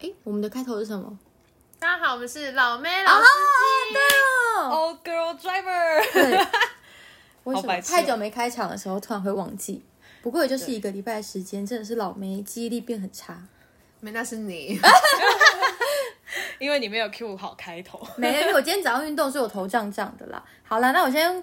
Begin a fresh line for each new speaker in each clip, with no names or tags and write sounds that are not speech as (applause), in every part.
哎，我们的开头是什么？
大家好，我们是老妹老
哦
师。
Old Girl Driver，
对，为什么
好白痴哦
太久没开场的时候突然会忘记？不过也就是一个礼拜的时间，真的是老梅记忆力变很差。
没，那是你。
(laughs) 哎因为你没有 Q 好开头。
(laughs) 没有，因为我今天早上运动，所以我头胀胀的啦。好啦，那我先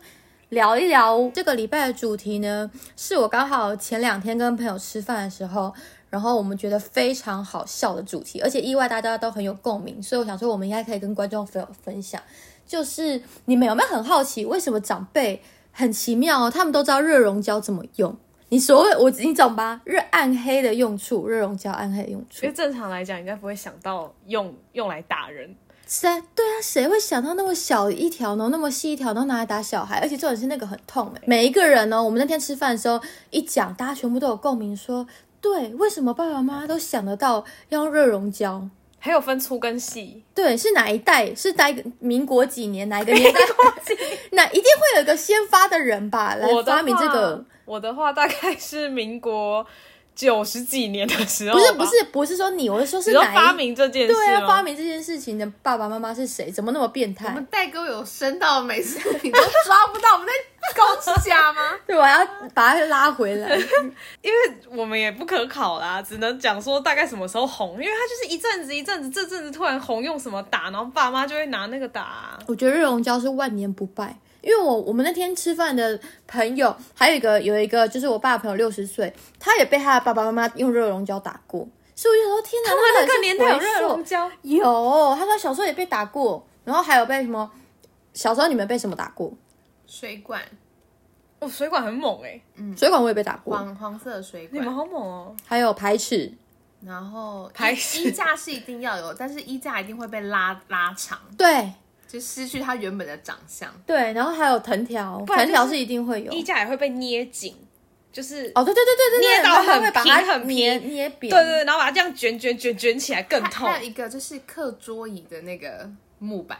聊一聊这个礼拜的主题呢，是我刚好前两天跟朋友吃饭的时候，然后我们觉得非常好笑的主题，而且意外大家都很有共鸣，所以我想说我们应该可以跟观众分分享，就是你们有没有很好奇，为什么长辈很奇妙哦，他们都知道热熔胶怎么用？你所谓我你懂吧？热暗黑的用处，热熔胶暗黑的用处
(laughs) 因为，正常来讲，应该不会想到用用来打人。
谁对啊，谁会想到那么小一条呢？那么细一条，然后拿来打小孩，而且重点是那个很痛哎、每一个人呢，我们那天吃饭的时候一讲，大家全部都有共鸣说，对，为什么爸爸妈妈都想得到要用热熔胶？
还有分粗跟细，
对，是哪一代？是待民国几年？哪一个年代？ (laughs) 那一定会有一个先发的人吧，来
我的
哎发明这
话
个。，
我的话大概是民国九十几年的时候
不
吧，
是不是不是说你，我是说是
你说
哪一
发明这哦件事吗，
对啊，发明这件事情的爸爸妈妈是谁？怎么那么变态？
我们代沟有深到每次你都抓不到，我们在高之家吗？
对，我要把它拉回来。
(laughs) 因为我们也不可考啦，只能讲说大概什么时候红，因为它就是一阵子一阵子，这阵子突然红，用什么打，然后爸妈就会拿那个打啊、
我觉得热熔胶是万年不败，因为我我们那天吃饭的朋友，还有一个有一个就是我爸的朋友六十岁，他也被他的爸爸妈妈用热熔胶打过，所以我就想说天哪，
他们
那
那个年代有
回
热
溯
熔胶，
有，他说小时候也被打过，然后还有被什么？小时候你们被什么打过？
水管，
哦，水管很猛哎、
水管我也被打过，
黄黄色的水
你们
管。
好猛哦、
还有排尺。
然后衣
排斥
衣架是一定要有，但是衣架一定会被拉拉长，
对
就失去它原本的长相。
对，然后还有藤条，藤
然就是
条是一定会有。
衣架也会被捏紧，就是
哦，对对对对对，
捏到
然后
很
会把
平
它
很
捏
平
捏扁。
对对对，然后把它这样卷卷卷卷起来更
还
痛
还。有一个就是课桌椅的那个木板，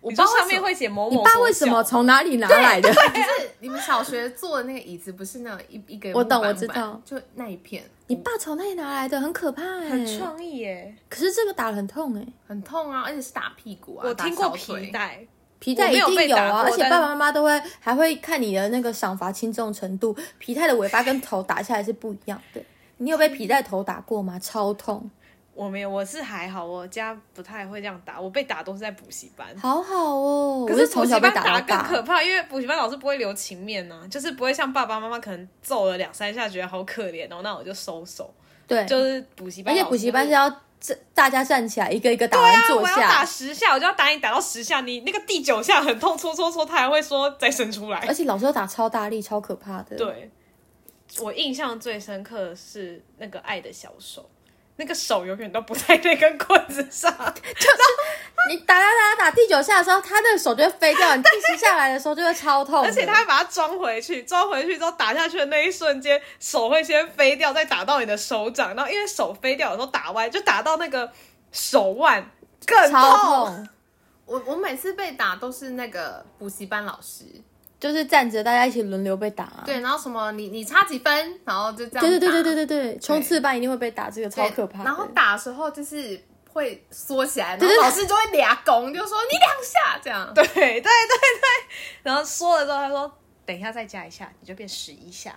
我不
你知道
知道
上面
为
会写某某
你
国
爸
小
为什么从哪里拿来
(laughs)
的？
哎
什么，就是你们小学坐的那个椅子，不是那种一一个
我懂
木板
我知道
木板就那一片
你爸从那里拿来的？很可怕哎、
很创意耶？
可是这个打得很痛哎、
很痛啊，而且是打屁股啊，
我
打
听过
小腿
皮带，
皮带一
我没有
定
被
有
打
啊，
过
而且
但
爸爸妈妈都会还会看你的那个赏罚轻重程度，皮带的尾巴跟头打下来是不一样的。你有被皮带头打过吗？超痛，
我没有，我是还好，我家不太会这样打，我被打都是在补习班。
好好哦。
可
我是
补
从
习
小被
班
到
打更可
大，
怕，因为补习班老师不会留情面呢、就是不会像爸爸妈妈可能揍了两三下，觉得好可怜哦，那我就收手。
对，
就是补习
而
班老
且
师会，
补习班是要站大家站起来，一个一个打
对
完
啊，
坐
我要打
下，
十下，我就要打你打到十下，你那个第九下很痛，戳戳戳，他还会说再伸出来
而。且老师都打超大力，超可怕的。，
对，啊我印象最深刻的是那个爱的小手，那个手永远都不在那根棍
(laughs)
子上，
你打打打打第九下的时候，他那个手就会飞掉，你第十下来的时候就会超痛的，
(laughs) 而且他会把它装回去，装回去之后打下去的那一瞬间，手会先飞掉，再打到你的手掌，然后因为手飞掉，有时候打歪就打到那个手腕更
超
痛。
痛。
我我每次被打都是那个补习班老师，
就是站着，大家一起轮流被打、啊。
对，然后什么你你差几分，然后就这样打，
对对对对对对对，冲刺班一定会被打，这个超可怕的。
然后打的时候就是会缩起来，然
对
后
对
老师就会俩拱，就说你两下这样。
(laughs) 对对对对，然后说了之后，他说等一下再加一下，你就变十一下。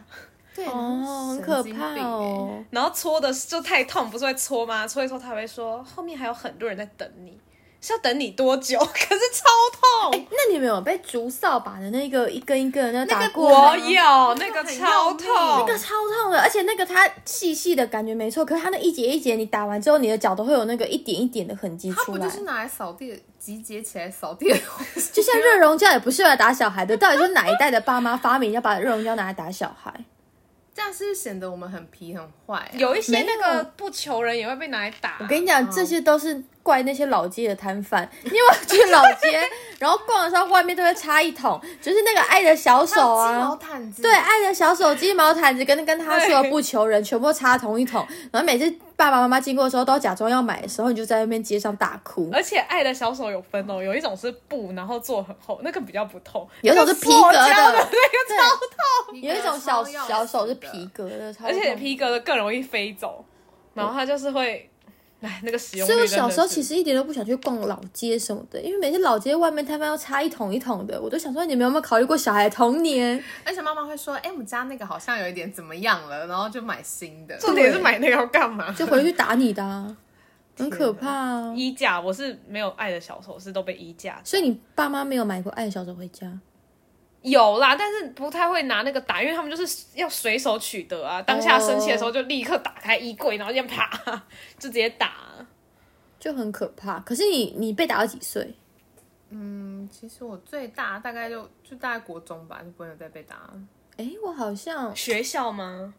对嗯
哦，很可怕。
欸
哦。
然后搓的就太痛，不是会搓吗？搓一搓，他还会说后面还有很多人在等你，是要等你多久？ (laughs) 可是超痛，
那你们有被竹扫把的那个一根一根的那打
那个
过吗？
我有那
个
个
很
超
要
那
痛
个，超痛的，而且那个它细细的感觉没错，可是它那一节一节，你打完之后，你的脚都会有那个一点一点的痕迹
他
出
不
来
就，是拿来扫地的，集结起来扫地的东
(laughs)
西？
就像热熔胶也不是用来打小孩的，到底是哪一代的爸妈发明要把热熔胶拿来打小孩？
这样是不是显得我们很皮很坏啊、
有一些
没有
那个不求人也会被拿来打。
我跟你讲，这些都是怪那些老街的摊贩， (laughs) 因为我去老街，然后逛的时候外面都会插一桶，就是那个爱的小
还有
手
鸡毛
啊。
毯子，
对，爱的小手、鸡毛毯子跟跟他说的不求人，全部插同一桶。然后每次爸爸妈妈经过的时候，都假装要买的时候，你就在那边街上大哭。
而且爱的小手有分哦，有一种是布，然后做很厚，那个比较不痛；
有一种是皮革
那个塑胶
的
的那个超痛，
有一种小小手是
皮。
皮革的，超
而且
痛
皮革的更容易飞走。然后它就是会，哎，那个使用率
所以我
真的
小时候
是
其实一点都不想去逛老街什么的，因为每次老街外面摊贩要插一桶一桶的，我都想说你们有没有考虑过小孩的童年？
而且妈妈会说，哎、我们家那个好像有一点怎么样了，然后就买新的。
重点是买那个要干嘛？
就回去打你的、
(laughs)
啊，很可怕啊！
衣架，我是没有爱的小手是都被衣架
所以你爸妈没有买过爱的小手回家，
有啦，但是不太会拿那个打，因为他们就是要随手取得啊，当下生气的时候就立刻打开衣柜，然后这样啪 (laughs) 就直接打。
就很可怕。可是你你被打到几岁？
嗯，其实我最大大概就就大概国中吧，就不会有再被打。
哎，我好像
学校吗？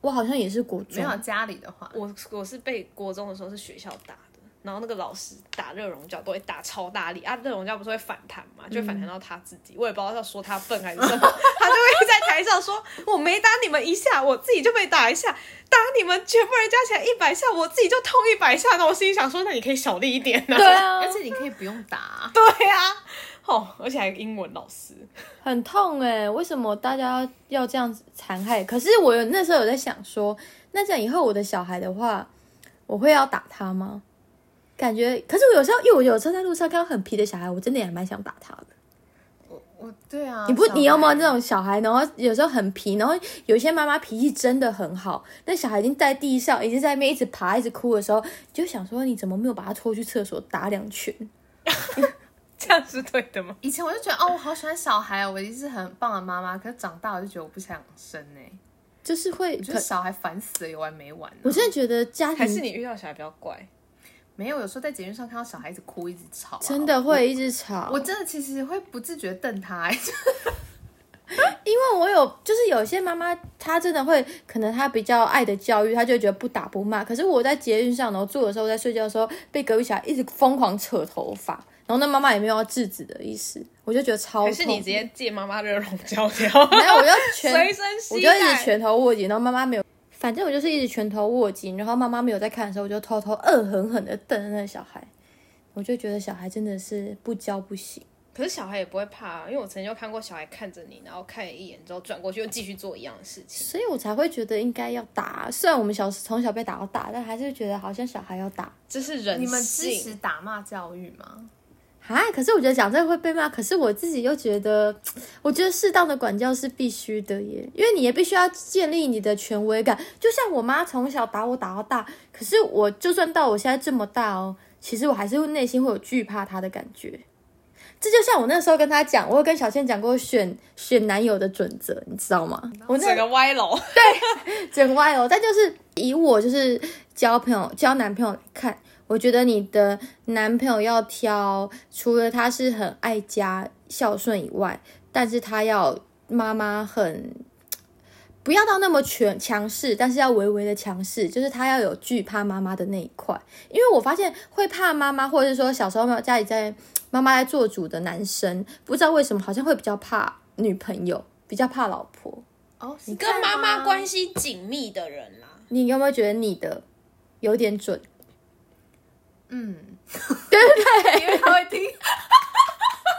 我好像也是国中
没，有啊家里的话，
我我是被国中的时候是学校打的，然后那个老师打热熔胶都会打超大力啊，热熔胶不是会反弹嘛，就会反弹到他自己，我也不知道要说他笨还是什么， (laughs) 他就会在台上说我没打你们一下，我自己就被打一下，打你们全部人加起来一百下，我自己就痛一百下，那我心里想说，那你可以小力一点呢、
对啊
而，且你可以不用打，
对啊，哦，而且还英文老师，
很痛哎、为什么大家要这样子残害？可是我有那时候有在想说，那这样以后我的小孩的话，我会要打他吗？感觉，可是我有时候，因为我有时候在路上看到很皮的小孩，我真的也蛮想打他的。
我我对啊，
你不，你有没有
这
那种小孩，然后有时候很皮，然后有一些妈妈脾气真的很好，那小孩已经在地上，已经在那边一直爬，一直哭的时候，你就想说你怎么没有把他拖去厕所打两拳？
这样是对的吗？
以前我就觉得哦，我好喜欢小孩哦，我一直是很棒的妈妈。可是长大我就觉得我不想生哎、
就是会，
我觉得
可
小孩烦死了，有完没完、啊。
我真的觉得家
(laughs) 还是
庭
你遇到小孩比较怪？
没有，有时候在节目上看到小孩子哭，一直吵、啊，
真的会一直吵。
我，我真的其实会不自觉瞪他、哎
因为我有，就是有些妈妈她真的会，可能她比较爱的教育，她就会觉得不打不骂。可是我在捷运上，然后坐的时候，在睡觉的时候，被隔壁小孩一直疯狂扯头发，然后那妈妈也没有要制止的意思，我就觉得超
还
痛。
是你直接借妈妈热熔胶 (laughs) 条？
没有，我就全
随身
我
携
就一
带
直拳头握紧，然后妈妈没有，反正我就是一直拳头握紧，然后妈妈没有在看的时候，我就偷偷恶狠狠的瞪着那个小孩，我就觉得小孩真的是不教不行。
可是小孩也不会怕、啊，因为我曾经就看过小孩看着你，然后看一眼之后转过去又继续做一样的事情。
所以我才会觉得应该要打，虽然我们小时从小被打到大，但还是觉得好像小孩要打
这是人性。
你们支持打骂教育吗？
啊。可是我觉得讲这个会被骂，可是我自己又觉得，我觉得适当的管教是必须的耶，因为你也必须要建立你的权威感。就像我妈从小打我打到大，可是我就算到我现在这么大哦，其实我还是会内心会有惧怕她的感觉。这就像我那时候跟她讲，我有跟小倩讲过选选男友的准则，你知道吗？我那
整个歪楼，
(laughs) 整歪哦。但就是以我就是交朋友、交男朋友来看，我觉得你的男朋友要挑，除了他是很爱家、孝顺以外，但是他要妈妈很。不要到那么全强势，但是要微微的强势，就是他要有惧怕妈妈的那一块。因为我发现会怕妈妈，或者是说小时候没有家里在妈妈在做主的男生，不知道为什么好像会比较怕女朋友，比较怕老婆。
哦，
你跟妈妈
系
关系紧密的人啊啦、
你有没有觉得你的有点
(laughs)
准？
嗯， (laughs)
对
因为他会听。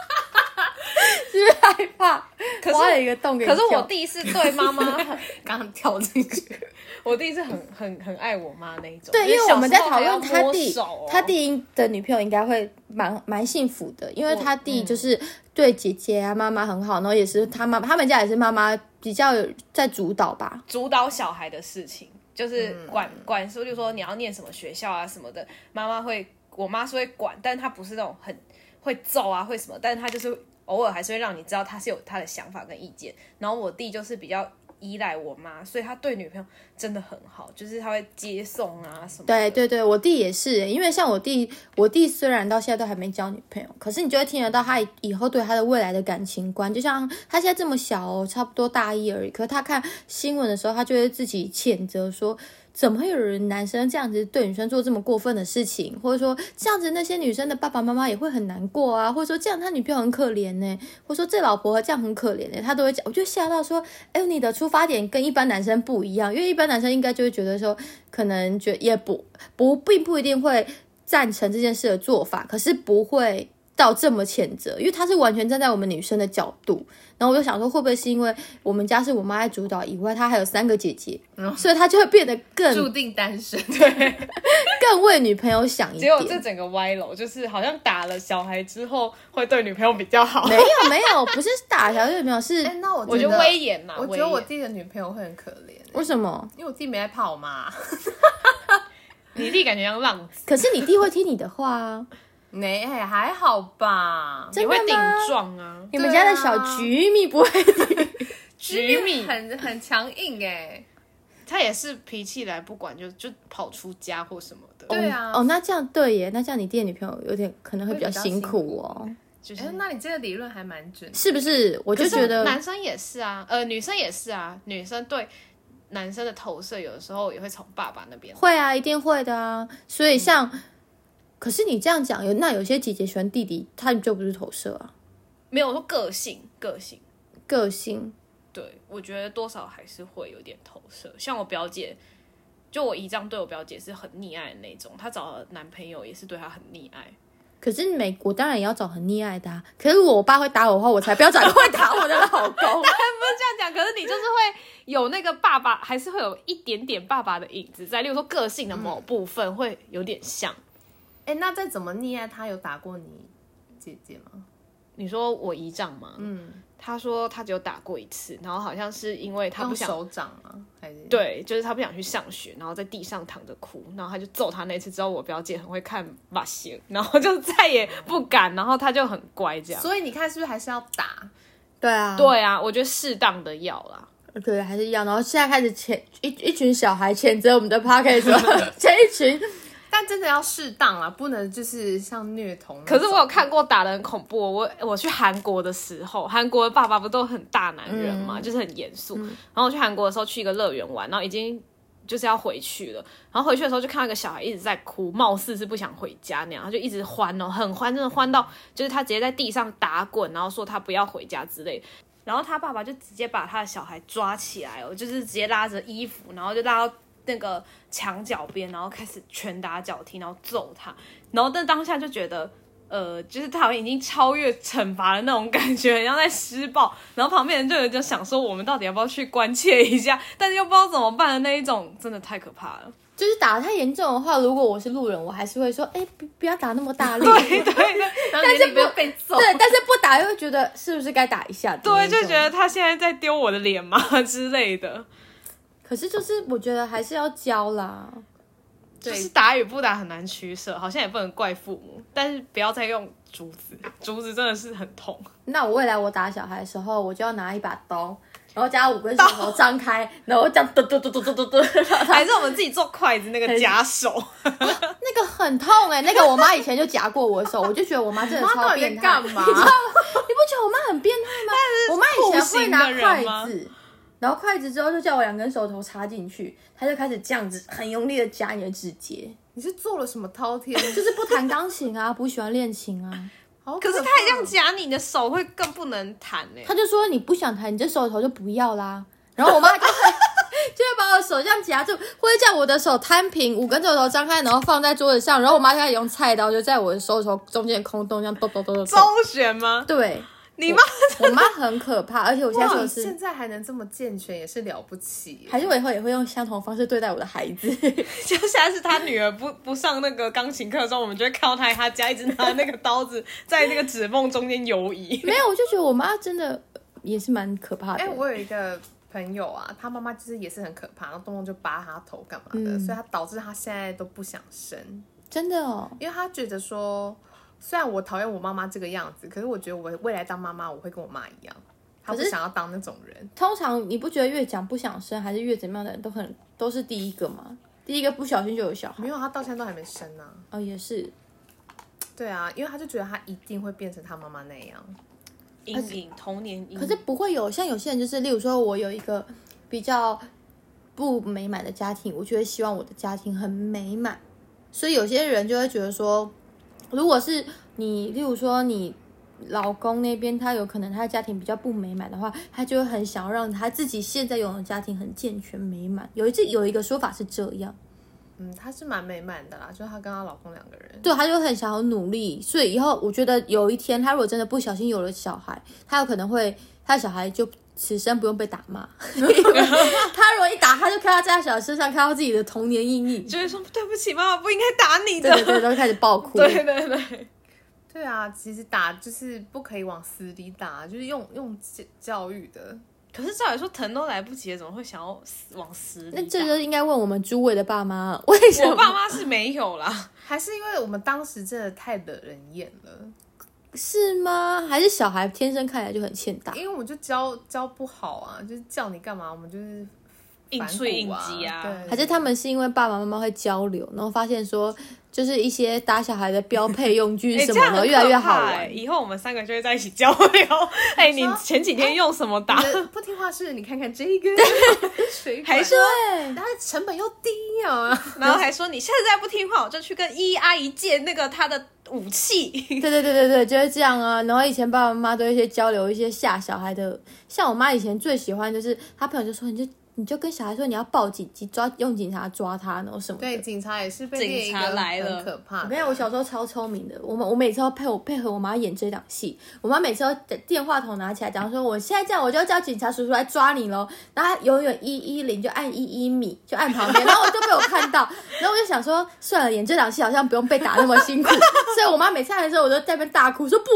不对？是不是害怕
可是
挖了一个洞给你
可
跳。
是我第一次对妈妈很，
(laughs) 刚刚跳进去，
(laughs) 我第一次很很很爱我妈那一种。
对，因为我们在讨论
小时候还
他
要摸
弟
手哦，
他弟的女朋友应该会蛮蛮幸福的，因为他
嗯
弟就是对姐姐啊、妈妈很好，然后也是他妈，他们家也是妈妈比较有在主导吧。
主导小孩的事情，就是
嗯
管、管束，就说你要念什么学校啊什么的，妈妈会，我妈是会管，但她不是那种很会揍啊，会什么，但是她就是偶尔还是会让你知道她是有她的想法跟意见。然后我弟就是比较依赖我妈，所以他对女朋友真的很好，就是他会接送啊什么的。
对对对，我弟也是，因为像我弟，我弟虽然到现在都还没交女朋友，可是你就会听得到他以以后对他的未来的感情观，就像他现在这么小哦，差不多大一而已，可是他看新闻的时候，他就会自己谴责说。怎么会有人男生这样子对女生做这么过分的事情，或者说这样子那些女生的爸爸妈妈也会很难过啊，或者说这样他女朋友很可怜呢、或者说这老婆这样很可怜呢、他都会讲，我就吓到说，哎呦，你的出发点跟一般男生不一样，因为一般男生应该就会觉得说，可能觉也不不并不一定会赞成这件事的做法，可是不会到这么谴责，因为他是完全站在我们女生的角度。然后我就想说，会不会是因为我们家是我妈在主导以外，她还有三个姐姐，所以她就会变得更
注定单身。
更为女朋友想一
结果这
点。
整个歪楼，就是好像打了小孩之后会对女朋友比较好，
没有没有，不是打小女朋友，
哎、
是
那我
我觉
觉
得
得
威严嘛，
我觉
威
得我
严。
自己的女朋友会很可怜，
为什么？
因为啊我自己没在泡嘛。 (laughs)
你弟感觉像浪子，
可是你弟会听你的话啊，
没、哎还好吧。
真
你
的
会顶
吗？
撞啊，
你们家的小菊蜜不会听，
菊米
很很强硬哎、
他也是脾气来不管就就跑出家或什么的，
对啊
哦，那这样对耶，那这样你弟的女朋友有点可能会比较
会比较
辛苦哦，
就是
哎、那你这个理论还蛮准的。
是不是？我就觉
可是
得
男生也是啊，呃，女生也是啊，女生对男生的投射有的时候也会从爸爸那边。
会啊，一定会的啊。所
嗯
以像，可是你这样讲，有那有些姐姐喜欢弟弟，他就不是投射啊，
没有我说个性，个性，
个性。
对我觉得多少还是会有点投射。像我表姐，就我姨丈对我表姐是很溺爱的那种，她找了男朋友也是对她很溺爱。
可是美国当然也要找很溺爱的、啊，可是如果我爸会打我的话，我才不要找一个会打我的老公。 (laughs)
这样讲，可是你就是会有那个爸爸，还是会有一点点爸爸的影子在，例如说个性的某部分会有点像。
哎、那再怎么溺爱他，有打过你姐姐吗？
你说我姨丈吗？嗯，他说他只有打过一次，然后好像是因为他不
用
想
手掌吗？还是？
对，就是他不想去上学，然后在地上躺着哭，然后他就揍他那次之后，我表姐很会看马戏，然后就 (laughs) 再也不敢，然后他就很乖这样。
所以你看，是不是还是要打？
对啊，
对啊，我觉得适当的要啦，
对，还是一样。然后现在开始谴一一群小孩谴责我们的 p o c k e t
(laughs)
这一群
但真的要适当啊啦，不能就是像虐童那种。
可是我有看过打的很恐怖哦，我我去韩国的时候，韩国的爸爸不都很大男人嘛，就是很严肃。然后我去韩国的时候去一个乐园玩，然后已经就是要回去了，然后回去的时候就看到一个小孩一直在哭，貌似是不想回家那样，他就一直欢哦，很欢，真的欢到就是他直接在地上打滚，然后说他不要回家之类的。然后他爸爸就直接把他的小孩抓起来哦，就是直接拉着衣服，然后就拉到那个墙角边，然后开始拳打脚踢，然后揍他。然后但当下就觉得，呃，就是他好像已经超越惩罚的那种感觉， (laughs) 很像在施暴。然后旁边人就有就想说，我们到底要不要去关切一下？但是又不知道怎么办的那一种，真的太可怕了。 (laughs)
就是打得太严重的话，如果我是路人，我还是会说，哎、不不要打那么大力。
(laughs) 对对对
(laughs) 然后你
但是
里面
不
被揍，
对，但是不打又会觉得是不是该打一下的那
对，
种？
就觉得他现在在丢我的脸嘛 (laughs) 之类的。
可是就是我觉得还是要教啦。
就是打与不打很难取舍，好像也不能怪父母，但是不要再用竹子，竹子真的是很痛。
那我未来我打小孩的时候，我就要拿一把刀，然后加五根手头张开，然后这样嘟嘟嘟嘟嘟嘟嘟，
还是我们自己做筷子那个夹手，
(laughs) 那个很痛哎、那个我妈以前就夹过我的手，我就觉得我妈真的
妈
超
到底在
变态。
干嘛
(laughs) 你
(laughs)
知道吗？你不觉得我妈很变态吗？我妈以前会拿
酷刑的人
筷
吗
子，然后筷子之后就叫我两根手头插进去，她就开始这样子很用力的夹你的指节，
你是做了什么滔天？
就是不弹钢琴啊，不喜欢练琴啊。
好
(laughs) 可是
怕哦
他这样夹你的手会更不能弹欸呢、
他就说你不想弹，你这手头就不要啦。 (laughs) 然后我妈就会就会把我手这样夹住，或者叫我的手摊平，五根手头张开，然后放在桌子上。然后我妈现在用菜刀就在我的手头中间的空洞这样剁剁
(laughs)
剁剁剁。
周旋吗？
对，
你妈
我妈很可怕，而且我现在
哇
说的
你
是
现，在还能这么健全，也是了不起。
还是我以后也会用相同方式对待我的孩子。 (laughs)
就下次他女儿不不上那个钢琴课的时候，我们就会看到他在他家一直拿那个刀子在那个指缝中间
(laughs)
游移。
没有，我就觉得我妈真的也是蛮可怕的。
哎、我有一个朋友啊，他妈妈就是也是很可怕，然后动动就扒他头干嘛的，
嗯
所以他导致他现在都不想生，
真的哦，
因为他觉得说，虽然我讨厌我妈妈这个样子，可是我觉得我未来当妈妈，我会跟我妈一样，他不
可是
想要当那种人。
通常你不觉得越讲不想生，还是越怎么样的人都很都是第一个吗？第一个不小心就有小孩
没有，他到现在都还没生呢、啊。
哦，也是。
对啊，因为他就觉得他一定会变成他妈妈那样。
阴影，童年阴影。
可是不会有像有些人就是，例如说我有一个比较不美满的家庭，我就会希望我的家庭很美满，所以有些人就会觉得说，如果是你，例如说你老公那边他有可能他的家庭比较不美满的话，他就会很想要让他自己现在拥有的家庭很健全美满。有一这有一个说法是这样，
嗯，她是蛮美满的啦，就是她跟她老公两个人。
对，他就很想要努力，所以以后我觉得有一天，他如果真的不小心有了小孩，他有可能会他的小孩就此生不用被打
(laughs)
骂。因为他如果一打，他就看到这样小孩身上看到自己的童年阴
(laughs)
影，
就会说对不起，妈妈不应该打你
对
的。
对对，都开始爆哭。
对对对，
对啊，其实打就是不可以往死里打，就是用用教教育的。
可是照理说疼都来不及了，怎么会想要死往死里打？
那这就应该问我们诸位的爸妈，为什
我
么
爸妈是没有啦，
还是因为我们当时真的太惹人厌了，
是吗？还是小孩天生看起来就很欠打？
因为我们就教教不好啊，就是叫你干嘛，我们就是
硬
反骨
吹硬
啊
击啊
对，
还是他们是因为爸爸妈妈会交流，然后发现说，就是一些打小孩的标配用具
哎，
什
这样
么的
很可
越来越好
怕哎
玩。
以后我们三个就会在一起交 (laughs) 流。哎，你
说
前几天用什么打
你？的不听话是，你看看
(laughs)
这个水管，
还说，
对，
它的成本又低啊，
然后还说你现在再不听话，我就去跟依依阿姨借那个她的武器。
对对对对对，就是这样啊。然后以前爸爸妈妈都有一些交流，一些吓小孩的，像我妈以前最喜欢就是她朋友就说你就你就跟小孩说你要报警，抓用警察抓他，然后什么的。
对，警察也是被
警
列一个
察来了
很可怕的。
没有，我小时候超聪明的。我们我每次都配我配合我妈演这档戏，我妈每次都电话筒拿起来讲说，我现在这样我就要叫警察叔叔来抓你喽。然后她永远一一零就按一一米就按旁边，然后我就被我看到，然后我就想说算了，演这档戏好像不用被打那么辛苦， (laughs) 所以我妈每次来的时候我都在那边大哭说不要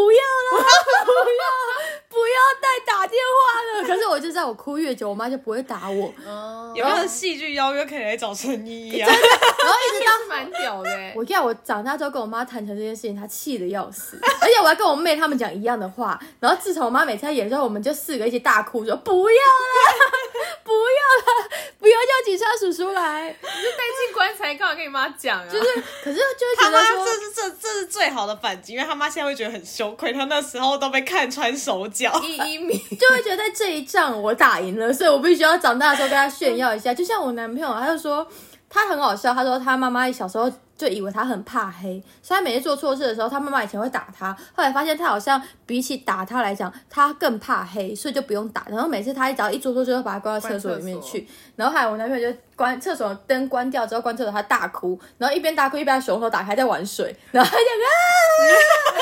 啦，不要不要再打电话了。可是我就知道我哭越久，我妈就不会打我，
哦，
有没有戏剧邀约可以来找陈依依啊？
然后一直到
是蛮屌的
哎
欸。
我要我长大之后跟我妈坦诚这件事情，她气得要死， (laughs) 而且我还跟我妹她们讲一样的话。然后自从我妈每次在演之后，我们就四个一起大哭，说不要啦， (laughs) 不要啦，不要叫警察叔叔来。
就带进棺材，干嘛跟你妈讲啊？
就是，可是就
他
会觉
妈
得说
(laughs) 这，是这这是最好的反击，因为他妈现在会觉得很羞愧，他那时候都被看穿手脚。
一一米，
就会觉得在这一仗我打赢了，所以我必须要长大的时候跟他炫耀一下。就像我男朋友，他就说他很好笑，他说他妈妈小时候就以为他很怕黑，所以他每次做错事的时候，他妈妈以前会打他，后来发现他好像比起打他来讲，他更怕黑，所以就不用打。然后每次他一只要一做错，就会把他关到厕所里面去。然后还有我男朋友就关厕所灯关掉之后，关厕所他大哭，然后一边大哭一边把手头打开在玩水，然后他就啊。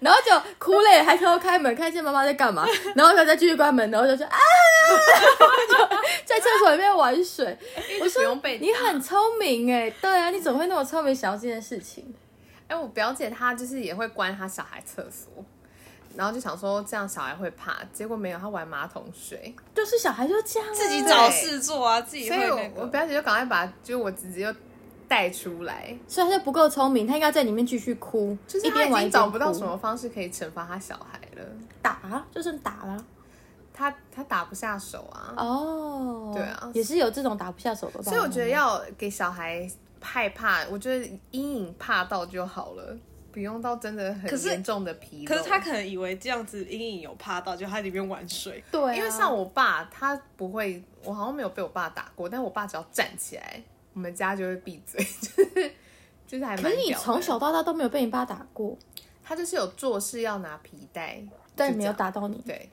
然后就哭累，还偷偷开门看见妈妈在干
(laughs)
嘛，然后他再继续关门，然后就说啊， (laughs) 就在厕所里面玩水。我
不
说
用被打
你很聪明哎，对啊，你怎么会那么聪明想到这件事情？
哎、我表姐她就是也会关她小孩厕所，然后就想说这样小孩会怕，结果没有，她玩马桶水，
就是小孩就这样啊、
自己找事做啊，自己
所
会
以我,、
那
我
个。
表姐就赶快把就是我侄子又带出来，
所以他就不够聪明，他应该在里面继续哭，
就是
一
她
边
已
玩一
经
边
找不到
哭
什么方式可以惩罚她小孩了，
打，就剩打啊了
她她打不下手啊，
哦。
对啊
也是有这种打不下手的吧。
所以我觉得要给小孩害怕，我觉得阴影怕到就好了，不用到真的
可
很
是
严重的疲
可是
劳
他可能以为这样子阴影有怕到，就他里面玩水。
对啊、
因为像我爸，他不会，我好像没有被我爸打过，但我爸只要站起来，我们家就会闭嘴，就是就是还蛮
可
屌的。
是你从小到大都没有被你爸打过，
他就是有做事要拿皮带，
但
就
没有
这样
打到你。
对，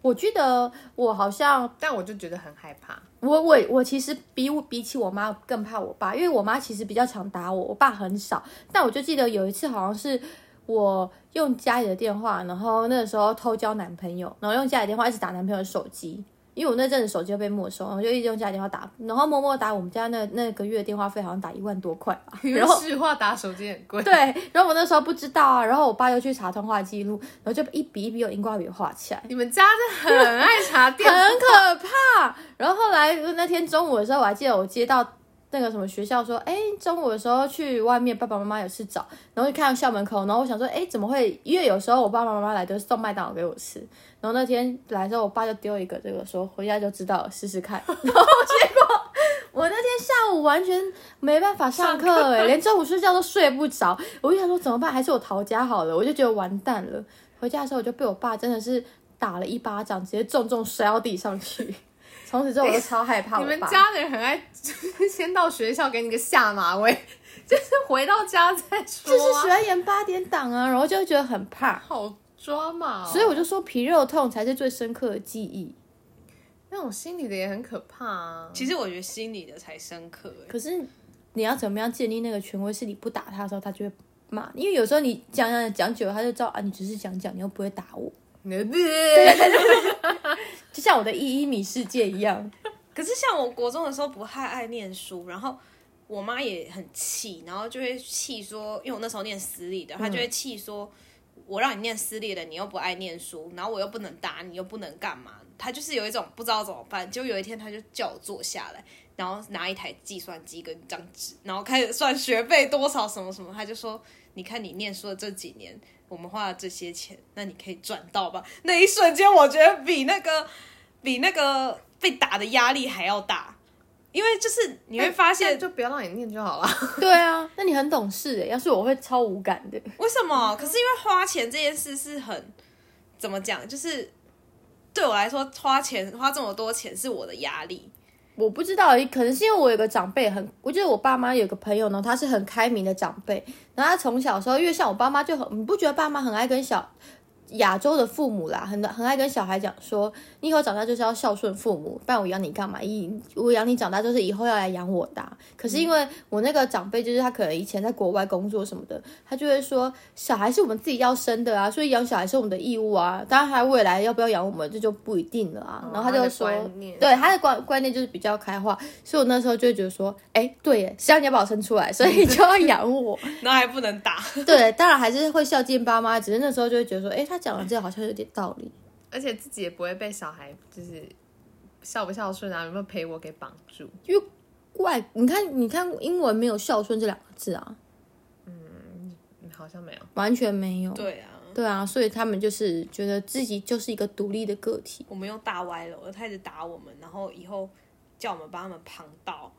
我记得我好像
但我就觉得很害怕。
我我我其实比我比起我妈更怕我爸，因为我妈其实比较常打我，我爸很少。但我就记得有一次好像是我用家里的电话，然后那个时候偷交男朋友，然后用家里电话一直打男朋友的手机，因为我那阵子手机又被没收，然后就一直用家里电话打，然后默默打我们家那那个月电话费好像打一万多块 (laughs) 吧，然
(laughs)
后
市话打手机很贵，
对，然后我那时候不知道啊，然后我爸又去查通话记录，然后就一笔一笔用荧光笔画起来。
你们家真的很爱查 (laughs) 电话，
很可怕。然后后来那天中午的时候，我还记得我接到那个什么学校说，哎，中午的时候去外面，爸爸妈妈有事找，然后就看到校门口，然后我想说，哎，怎么会？因为有时候我爸爸妈妈来都是送麦当劳给我吃，然后那天来的时候，我爸就丢一个这个说，回家就知道了，试试看。然后结果。我那天下午完全没办法上课、哎，连中午睡觉都睡不着。我就想说怎么办，还是我逃家好了。我就觉得完蛋了。回家的时候我就被我爸真的是打了一巴掌，直接重重摔到地上去。 (laughs) 从此之后我就超害怕
你
我
们
爸。
家的人很爱，就是先到学校给你个下马威， (laughs) 就是回到家再说、
就是
啊，
喜欢演八点档啊，然后就会觉得很怕，
好抓马、哦。
所以我就说皮肉痛才是最深刻的记忆。
那种心理的也很可怕啊。
其实我觉得心里的才深刻、欸。
可是你要怎么样建立那个权威？是你不打他的时候，他就会骂你，因为有时候你讲讲讲久了，他就知道啊，你只是讲讲，你又不会打我。就像我的一一米世界一样。
可是像我国中的时候不太爱念书，然后我妈也很气，然后就会气说，因为我那时候念私立的，她就会气说，我让你念私立的，你又不爱念书，然后我又不能打你，又不能干嘛，她就是有一种不知道怎么办。就有一天，她就叫我坐下来，然后拿一台计算机跟一张纸，然后开始算学费多少什么什么，她就说，你看你念书的这几年。我们花了这些钱，那你可以赚到吧？那一瞬间，我觉得比那个比那个被打的压力还要大，因为就是你会发现，
就不要让你念就好了。
(laughs) 对啊，那你很懂事诶。要是我会超无感的。
为什么？可是因为花钱这件事是很怎么讲？就是对我来说，花钱花这么多钱是我的压力。
我不知道，欸可能是因为我有个长辈很，我觉得我爸妈有个朋友呢，他是很开明的长辈，然后他从小时候，因为像我爸妈就很，你不觉得爸妈很爱跟小亚洲的父母啦，很很爱跟小孩讲说，你以后长大就是要孝顺父母，不然我养你干嘛？以我养你长大就是以后要来养我的啊、可是因为我那个长辈，就是他可能以前在国外工作什么的，他就会说，小孩是我们自己要生的啊，所以养小孩是我们的义务啊。当然，他未来要不要养我们，这就不一定了啊。然后他
哦他
就
的
说
观，念
对他的观观念就是比较开化，所以我那时候就会觉得说，哎，对耶，是要你要把我生出来，所以你就要养我。
然后还不能打，
(laughs) 对，当然还是会孝敬爸妈，只是那时候就会觉得说，哎，他讲的这个好像有点道理。
(laughs) 而且自己也不会被小孩就是孝不孝顺啊，有没有陪我给绑住。
怪，你看，你看，英文没有孝顺这两个字啊，
嗯好像没有， (laughs)
完全没有。
对啊，
对啊，所以他们就是觉得自己就是一个独立的个体。
我们又大歪了，我开始打我们，然后以后叫我们帮他们旁道。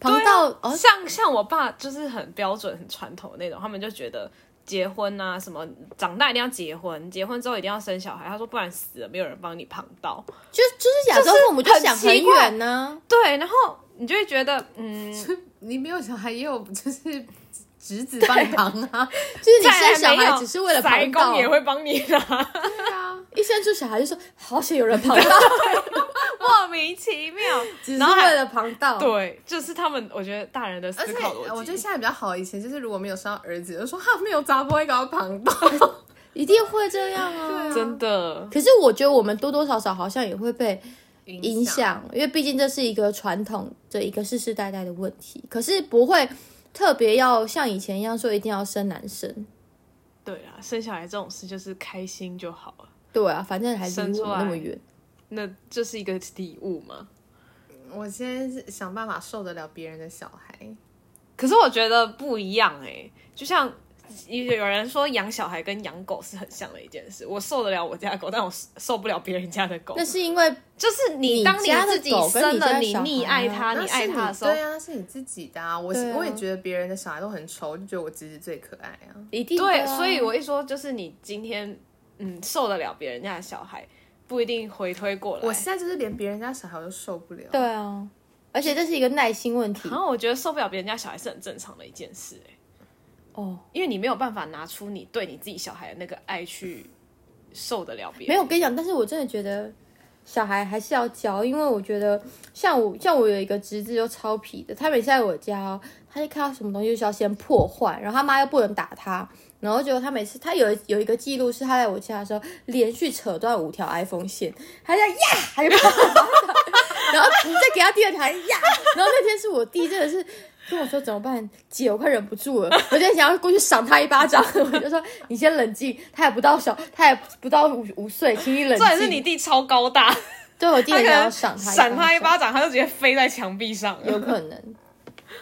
旁
啊
到、 (laughs) 哦，
像像我爸就是很标准、很传统的那种，他们就觉得结婚啊，什么长大一定要结婚，结婚之后一定要生小孩。他说不然死了没有人帮你旁道。
就就是亚洲父母就想很远呢、
对，然后你就会觉得，嗯，
你没有小孩也有就是侄子帮你扛啊。
就是你生
再来
小
没有
孩只是为了
塞
旁
工
到，
也会帮你拿，
对啊，
一生出小孩就说好险有人旁到，
莫名其妙。
只是
(laughs) 然后还
为了旁到。
(laughs) 对，就是他们，我觉得大人的
而
思
且呃
考逻辑，
我觉得现在比较好，以前就是如果没有生到儿子，就说哈没有砸不会搞到
(laughs)
旁到。
一定会这样啊。
对啊
真的
可是我觉得我们多多少少好像也会被影
影
响，因为毕竟这是一个传统的一个世世代代的问题，可是不会特别要像以前一样说一定要生男生。
对啊，生小孩这种事就是开心就好了，
对啊，反正还离
生出
我们那么
来
远。
那就是一个礼物嘛。
我先是想办法受得了别人的小孩，
可是我觉得不一样哎、就像有有人说养小孩跟养狗是很像的一件事，我受得了我家的狗，但我受不了别人家的狗
那。是因为
就是你
你
当你
家的
自己
狗跟
生
你家
了，
的
你
小孩
溺爱它，
那
你
是
爱它的时候，
对啊，是你自己的啊。我、
对啊
我也觉得别人的小孩都很丑，我就觉得我侄子最可爱啊。
一定的
对，
啊
所以我一说就是你今天嗯受得了别人家的小孩，不一定回推过来。
我现在就是连别人家小孩我都受不了。
对啊，而且这是一个耐心问题
然后我觉得受不了别人家小孩是很正常的一件事、欸，
哦。
因为你没有办法拿出你对你自己小孩的那个爱去受得了别人。
没有，我跟你讲，但是我真的觉得小孩还是要教，因为我觉得像我像我有一个侄子就超皮的，他每次在我家、哦，他就看到什么东西就是要先破坏，然后他妈又不能打他。然后结果他每次，他有有一个记录是他在我家的时候，连续扯断五条 iPhone 线，他在呀，还 (laughs) 就 (laughs) 然后你再给他第二条还呀，然后那天是我弟真的是跟我说怎么办，姐我快忍不住了，我就想要过去赏他一巴
(laughs)
掌，我就说你先冷静，他也不到小，他也不到五五岁，请你冷
重
静。
点是你弟超高大，
对我弟
他
很
可
想
能
要赏他
(laughs) 闪他一
巴
巴掌，他就直接飞在墙壁上了。
掌，有可能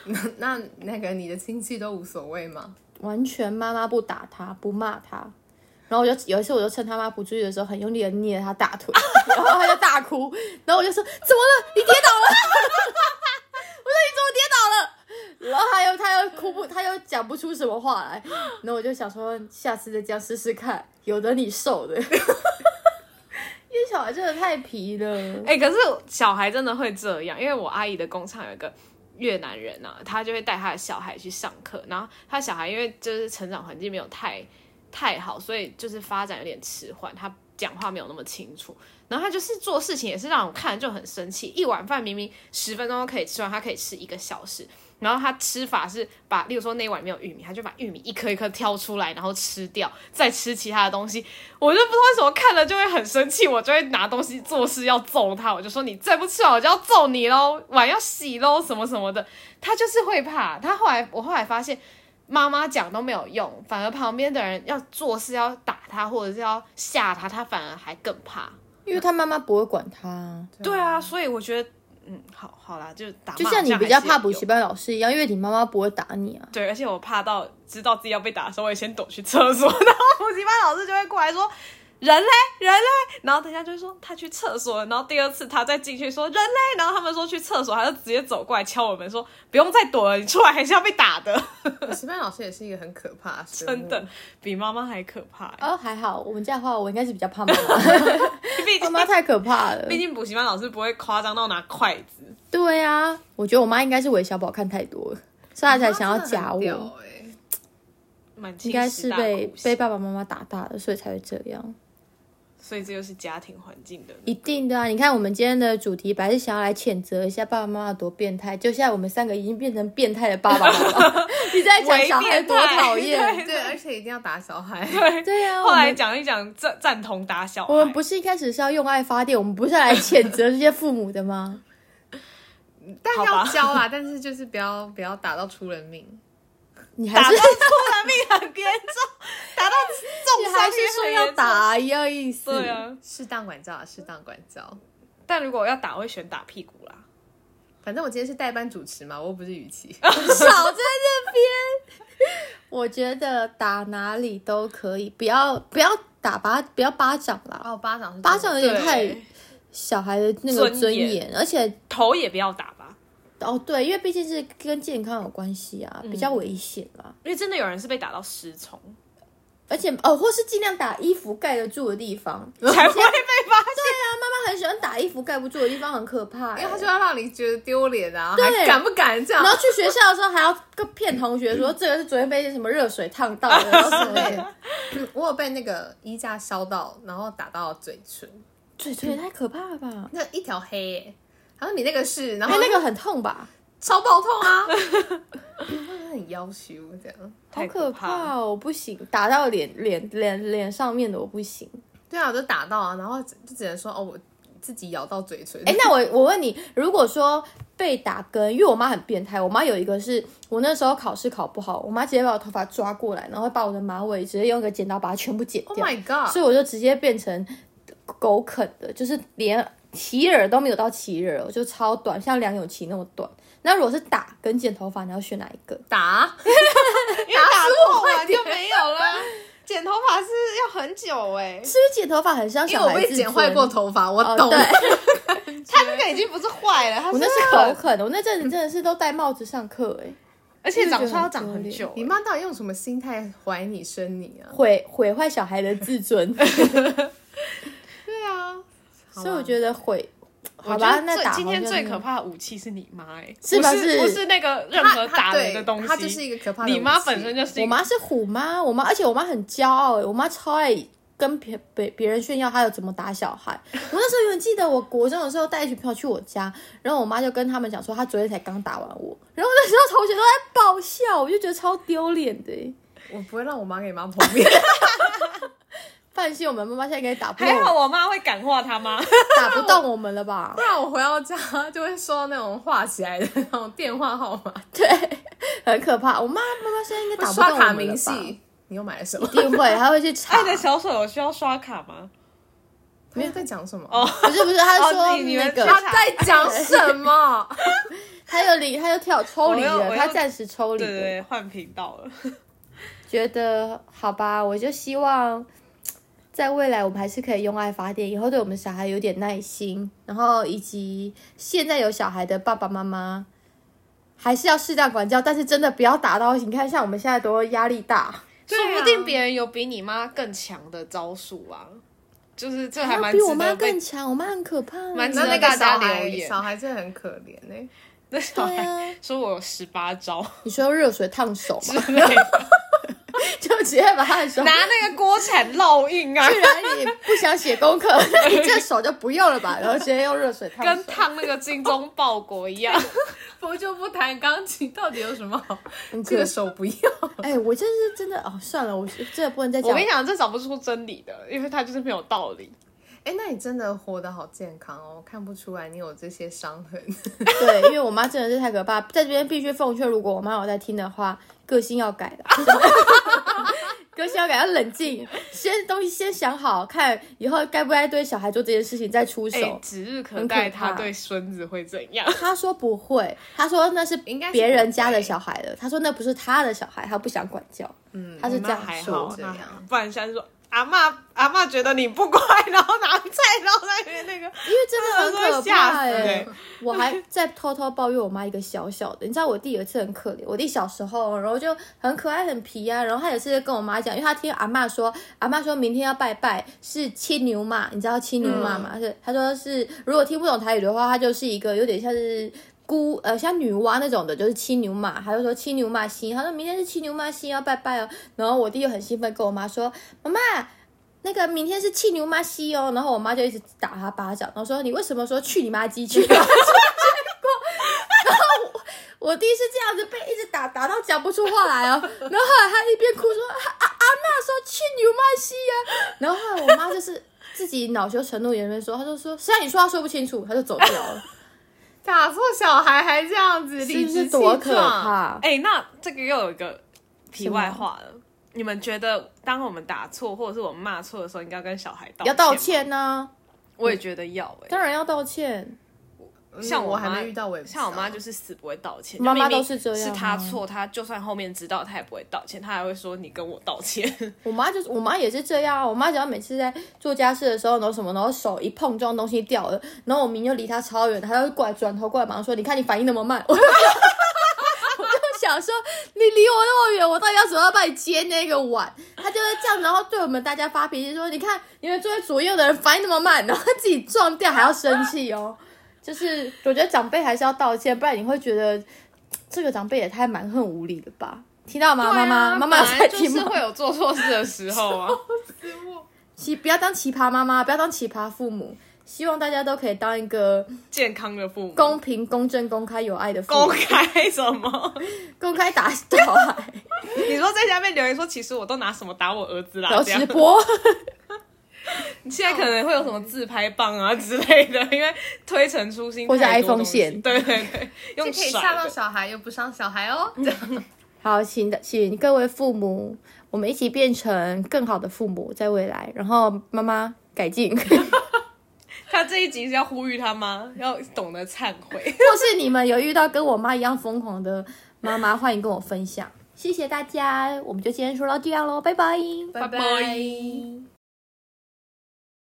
(laughs) 那那个你的亲戚都无所谓吗？
完全妈妈不打他，不骂他。然后我就有一次，我就趁他妈不注意的时候，很用力的捏他大腿， (laughs) 然后他就大哭。然后我就说：“怎么了？你跌倒了？” (laughs) 我说：“你怎么跌倒了？”然后他又他又哭不，他又讲不出什么话来。然后我就想说，下次再这样试试看，有的你受的。因 (laughs) 为小孩真的太皮了，
哎、可是小孩真的会这样，因为我阿姨的工厂有一个越南人啊，他就会带他的小孩去上课，然后他小孩因为就是成长环境没有太太好，所以就是发展有点迟缓，他讲话没有那么清楚，然后他就是做事情也是让我看了就很生气，一碗饭明明十分钟都可以吃完，他可以吃一个小时。然后他吃法是把，例如说那一碗没有玉米，他就把玉米一颗一颗挑出来，然后吃掉，再吃其他的东西。我就不知道为什么看了就会很生气，我就会拿东西做事要揍他，我就说你再不吃完我就要揍你喽，碗要洗喽，什么什么的。他就是会怕，他后来我后来发现。妈妈讲都没有用，反而旁边的人要做事要打他，或者是要吓他，他反而还更怕。
因为他妈妈不会管他，
对啊，所以我觉得，嗯，好好啦，就打骂
就
好
像
像
你比较
还是有
怕补习班老师一样，因为你妈妈不会打你啊。
对，而且我怕到知道自己要被打的时候，我也先躲去厕所， (laughs) 然后补习班老师就会过来说。人嘞，人嘞，然后等一下就会说他去厕所了，然后第二次他再进去说人嘞，然后他们说去厕所，他就直接走过来敲我们说不用再躲了，你出来还是要被打的， (laughs)
补习班老师也是一个很可怕的生物，
真的比妈妈还可怕欸。
哦，还好，我们家的话，我应该是比较怕妈妈，
毕
(laughs) 妈
竟
妈太可怕了
毕。竟补习班老师不会夸张到拿筷子，
对啊，我觉得我妈应该是韦小宝看太多了，所以她才想要夹
真的很
我。
屌欸
蛮
应
应
该是被被爸爸妈妈打大的，所以才会这样。
所以这就是家庭环境的。
一定的啊！你看我们今天的主题，本来是想要来谴责一下爸爸妈妈多变态，就现在我们三个已经变成变态的爸爸妈
(laughs)
妈。你在讲小孩多讨厌？
对，而且一定要打小孩。
对啊，
后
我
来
们
讲一讲赞赞同打小孩，
我们不是一开始是要用爱发电，我们不是来谴责这些父母的吗？
但
好吧
要教啦，但是就是不要不要打到出人命。
你还
打到
是
出人命很严
(laughs)
重，打到
你
重伤
还
也
是
很
说
严
要
重
打、。一样意思？
对啊，
适当管教啊，适当管教。
但如果要打，我会选打屁股啦。
反正我今天是代班主持嘛，我又不是雨琦。
少在那边。我觉得打哪里都可以，不要不要打巴，不要巴掌啦，
哦，巴掌是
巴掌有点
对
太小孩的那个
尊
尊
严
严，而且
头也不要打吧，
哦对，因为毕竟是跟健康有关系啊，比较危险啦。
因为真的有人是被打到失聪，
而且哦，或是尽量打衣服盖得住的地方。对
(laughs) 才不会被发现。
啊，妈妈很喜欢打衣服盖不住的地方，很可怕、欸。
哎因为他就要让你觉得丢脸啊，
对
还敢不敢这样
然？后去学校的时候还要跟骗同学说这个是昨天被什么热水烫到的，然后什么
(laughs)
(laughs)
对
的。
嗯我有被那个衣架削到，然后打到嘴唇，
嘴唇也太可怕了吧？
那一条黑耶、他说你那个是，然
哎
后，
那个很痛吧？
超爆痛
(laughs)
啊，很要求这样。
好
太
可
怕
怕
了！
哦！我不行，打到脸脸脸脸上面的我不行。
对啊，我就打到啊，然后就只能说哦，我自己咬到嘴唇。
哎，那我我问你，如果说被打跟，因为我妈很变态，我妈有一个是我那时候考试考不好，我妈直接把我头发抓过来，然后把我的马尾直接用一个剪刀把它全部剪
Oh
掉
my god！
所以我就直接变成狗啃的，就是连齐耳都没有到齐耳，哦我就超短，像梁咏琪那么短。那如果是打跟剪头发，你要选哪一个？
打，
因为打过完就没有了。 (laughs) 剪头发是要很久哎、
是不是剪头发很像
因
小
为我
孩子？
被剪坏过。头发，我
哦，
懂。
对。
(laughs)
他那个已经不是坏了，他
我那是
要
口啃的，我那阵子真的是都戴帽子上课、欸，
而且长出来要长很久、
你妈到底用什么心态怀你生你啊？
毁毁坏小孩的自
(laughs)
尊，
对啊，
所以我觉得毁，好
我觉
吧，
得
那
最
打
今天
好像
最可怕的武器是你妈、哎，
是
不
吧
是
是
不是那个任何打人的东西，
她就是一个可怕的武器。
你妈本身就是一
我妈是虎妈，我妈而且我妈很骄傲、欸，我妈超爱跟别别别人炫耀她有怎么打小孩。我那时候永远记得，我国中的时候带一群朋友去我家，然后我妈就跟他们讲说，她昨天才刚打完我，然后那时候同学都在爆笑，我就觉得超丢脸的、欸。
(laughs) 我不会让我妈跟你妈碰面。
放心，我们妈妈现在可以打不动
还好
我，
我妈会感化她 (laughs) 妈，
打不动我们了吧
不？然我回到家就会收到那种画起来的那种电话号码，
(laughs) 对，很可怕。我妈妈妈现在应该打
会
不动
刷
我
卡
们了
明
吧？
细。你又买了什么
(laughs) 一？定会，她会去查。
爱的小手有需要刷卡吗？
没有在讲什么？
哦
不是不是，她就
哦
说
你你们
那个，
他在讲什么？
她又离，她又跳抽离
我又我
了，
又
她暂时抽离
对
了。
对对，换频道了。
觉得好吧，我就希望在未来我们还是可以用爱发电，以后对我们小孩有点耐心，然后以及现在有小孩的爸爸妈妈，还是要适当管教，但是真的不要打到。你看，像我们现在多压力大，
说不定别人有比你妈更强的招数啊，就是这还蛮
比我
值
妈
得被
更强，我妈很可怕、
蛮值
那
得
那
大
个
家
小
留
孩，
言
小孩真的很可怜欸呢、
那小
对
孩
啊，
(laughs) 说我有十八招
你说热水烫手吗？
之类的。
(laughs) 就直接把他的手。
拿那个锅铲烙印啊，
既然你不想写功课，那你这手就不用了吧，然后直接用热水烫手。
跟烫那个精忠报国一 (laughs) 样。
不就不弹钢琴，到底有什么好？
很
这
可
个
惜
手不要。
哎、我真是真的哦，算了，我是真的不能再
我
讲
跟你。讲，这找不出真理的，因为他就是没有道理。
哎、那你真的活得好健康哦，看不出来你有这些伤痕。
对，因为我妈真的是太可怕，在这边必须奉劝，如果我妈有在听的话，个性要改的。个性要改，要冷静，先东西先想好，看以后该不该对小孩做这件事情再出
哎、
手。
指日可
很可
待，他
怕
对孙子会怎样？
她说不会，她说那是
应该是
别
不
人家的
会
小孩了，她说那不是她的小孩，她不想管教。嗯，她是这
那
样
还
说
好，
的。
这
那
样
还好不然现在说阿妈阿妈觉得你不乖， (laughs) 然后拿菜然后在那边那个，
因为真的很可怕哎、
真的会吓死欸
我还在偷偷抱怨我妈一个小小的，你知道我弟有一次很可怜，我弟小时候，然后就很可爱很皮啊，然后他有一次跟我妈讲，因为他听阿嬷说，阿嬷说明天要拜拜是青牛嘛，你知道青牛嘛吗？是他说是如果听不懂台语的话，他就是一个有点像是。姑呃，像女娲那种的，就是七牛马，他就说七牛马星，他说明天是七牛马星，要拜拜哦。然后我弟就很兴奋，跟我妈说：“妈妈，那个明天是气牛妈西哦，然后我妈就一直打他巴掌，然后说你为什么说去你妈鸡去你妈鸡去？然后我我弟是这样子被一直打打到讲不出话来哦，然后后来他一边哭说啊啊阿娜说去牛妈西呀、然后后来我妈就是自己恼羞成怒，也没说，她就说虽然你说话说不清楚，她就走掉了，
打错小孩还这样子，
是
理
不是
直
多
气
可
壮。
怕？
哎、那这个又有一个题外话了。你们觉得，当我们打错或者是我们骂错的时候，应该跟小孩道
要
道
道？歉呢、
我也觉得要哎、
当然要道歉。
嗯
像
我
我
还
妈
没遇到，我也不知道
像我妈就是死不会道歉，
妈妈
就明
都
明
是这样
是
啊
她错，她就算后面知道，她也不会道歉，她还会说你跟我道歉。
(laughs) 我妈就是，我妈也是这样啊。我妈只要每次在做家事的时候，然后什么，然后手一碰撞东西掉了，然后我明明就离她超远，她就过来转头过来，马上说：“你看你反应那么慢。” (laughs) 我就想说，你离我那么远，我到底要怎么样帮你接那个碗？她就会这样，然后对我们大家发脾气说：“你看你们坐在左右的人反应那么慢，然后自己撞掉还要生气哦。”就是我觉得长辈还是要道歉，不然你会觉得这个长辈也太蛮横无理了吧？听到吗，妈妈？妈妈有
啊本
在
来就
听
是
吗？
会有做错事的时候啊。
奇不要当奇葩妈妈，不要当奇葩父母。希望大家都可以当一个
健康的父母，
(laughs) 公平、公正、公开、有爱的父母，
公
公
开什么？ (laughs)
开打小孩，
你说在下面留言说，其实我都拿什么打我儿子啦？
然后
这样
直播。
现在可能会有什么自拍棒啊之类的，因为推陈出新
或是
太多东
iPhone
西
线
对对对，
(laughs)
用
这可以
甩
吓到
的。嗯
小孩，又不伤小孩哦。
(laughs) 好，请的，请各位父母，我们一起变成更好的父母，在未来，然后妈妈改进， (laughs) 或
他这一集是要呼吁他妈要懂得忏悔。
是你们有遇到跟我妈一样疯狂的妈妈，欢迎跟我分享。谢谢大家，我们就今天说到这样喽，拜拜。
拜
拜
拜。